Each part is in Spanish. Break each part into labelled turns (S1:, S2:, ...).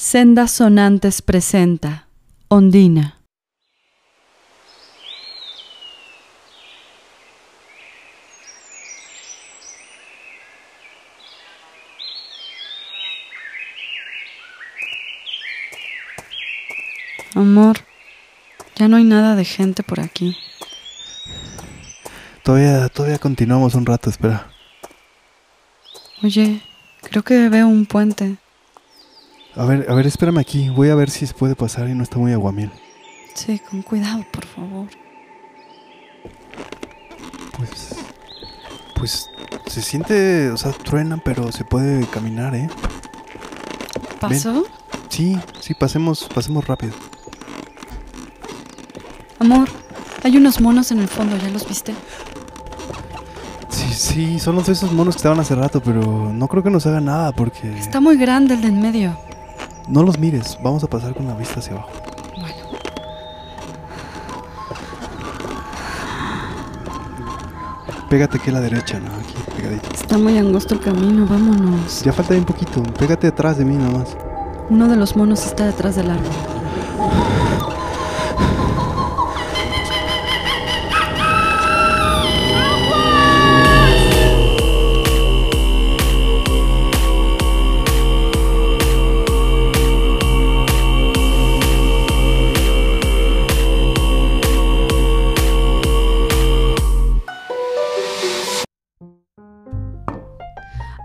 S1: Sendas Sonantes presenta Ondina. Amor, ya no hay nada de gente por aquí.
S2: Todavía, todavía continuamos un rato, espera.
S1: Oye, creo que veo un puente.
S2: A ver, a ver, espérame aquí. Voy a ver si se puede pasar y no está muy aguamiel.
S1: Sí, con cuidado, por favor.
S2: Pues. Pues se siente. O sea, truena, pero se puede caminar, ¿eh?
S1: ¿Pasó?
S2: Sí, sí, pasemos, pasemos rápido.
S1: Amor, hay unos monos en el fondo, ¿ya los viste?
S2: Sí, sí, son los de esos monos que estaban hace rato, pero no creo que nos haga nada porque.
S1: Está muy grande el de en medio.
S2: No los mires, vamos a pasar con la vista hacia abajo.
S1: Bueno,
S2: Pégate aquí a la derecha, ¿no? Aquí, pegadito.
S1: está muy angosto el camino, vámonos.
S2: Ya falta bien poquito, pégate atrás de mí nomás.
S1: Uno de los monos está detrás del árbol.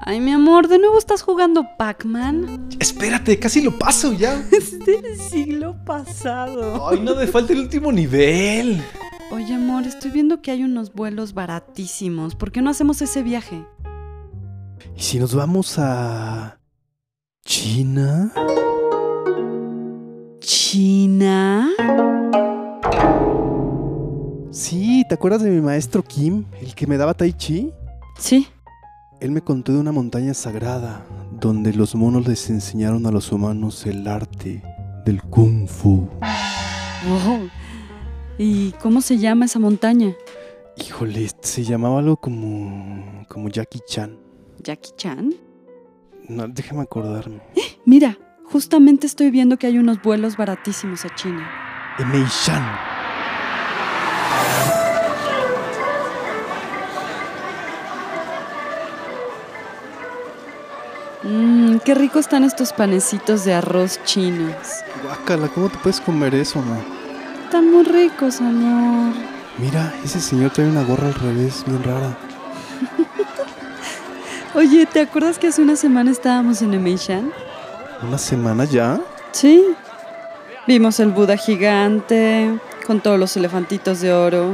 S1: Ay, mi amor, ¿de nuevo estás jugando Pac-Man?
S3: Espérate, casi lo paso ya.
S1: Es del siglo pasado.
S3: Ay, no me falta el último nivel.
S1: Oye, amor, estoy viendo que hay unos vuelos baratísimos. ¿Por qué no hacemos ese viaje?
S2: ¿Y si nos vamos a. China?
S1: ¿China?
S2: Sí, ¿te acuerdas de mi maestro Kim, el que me daba Tai Chi?
S1: Sí.
S2: Él me contó de una montaña sagrada donde los monos les enseñaron a los humanos el arte del kung fu.
S1: Wow. Oh. ¿Y cómo se llama esa montaña?
S2: Híjole, este se llamaba algo como como Jackie Chan.
S1: ¿Jackie Chan?
S2: No, déjame acordarme.
S1: Mira, justamente estoy viendo que hay unos vuelos baratísimos a China.
S2: Emeishan.
S1: Mmm, qué rico están estos panecitos de arroz chinos.
S2: Guácala, ¿cómo te puedes comer eso, man?
S1: Están muy ricos, amor.
S2: Mira, ese señor trae una gorra al revés, bien rara.
S1: Oye, ¿te acuerdas que hace una semana estábamos en Emeishan?
S2: ¿Una semana ya?
S1: Sí. Vimos el Buda gigante con todos los elefantitos de oro.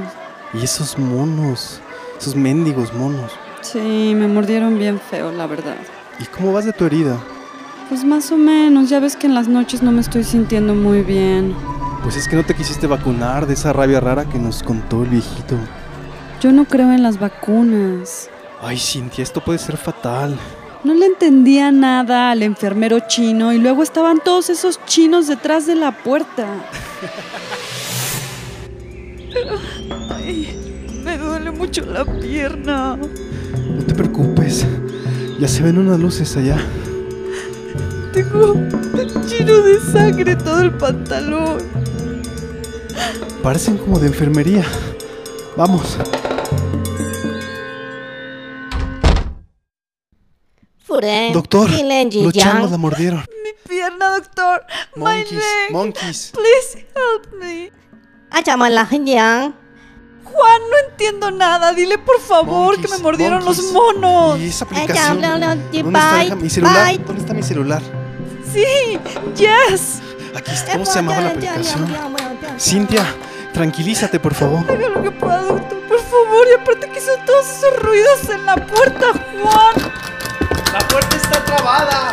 S2: Y esos monos, esos mendigos monos.
S1: Sí, me mordieron bien feo, la verdad.
S2: ¿Y cómo vas de tu herida?
S1: Pues más o menos, ya ves que en las noches no me estoy sintiendo muy bien.
S2: Pues es que no te quisiste vacunar de esa rabia rara que nos contó el viejito.
S1: Yo no creo en las vacunas.
S2: Ay, Cintia, esto puede ser fatal.
S1: No le entendía nada al enfermero chino y luego estaban todos esos chinos detrás de la puerta. Ay, me duele mucho la pierna.
S2: No te preocupes. Ya se ven unas luces allá.
S1: Tengo lleno de sangre todo el pantalón.
S2: Parecen como de enfermería. Vamos.
S4: Fure,
S2: Doctor,
S4: Dylan
S2: Los changos
S4: Yang.
S2: la mordieron.
S1: Mi pierna, doctor.
S2: Monkeys,
S1: leg.
S2: monkeys.
S1: Please help me.
S4: Ah, llama la Yang.
S1: Juan, no entiendo nada. Dile por favor que me
S2: monkeys,
S1: mordieron los
S2: monkeys.
S1: monos.
S2: Y esa
S4: Ah, ya,
S2: aplicación.
S4: bla, bla,
S2: ¿Dónde
S4: de
S2: está, hija?
S4: bye,
S2: mi celular?
S4: bye.
S2: ¿Dónde está mi celular?
S1: Sí, yes.
S2: Aquí está. ¿Cómo se llamaba la aplicación? Cintia, tranquilízate, por favor.
S1: Haga lo que pueda, doctor, por favor. Y aparte que hizo todos esos ruidos en la puerta, Juan.
S3: La puerta está trabada.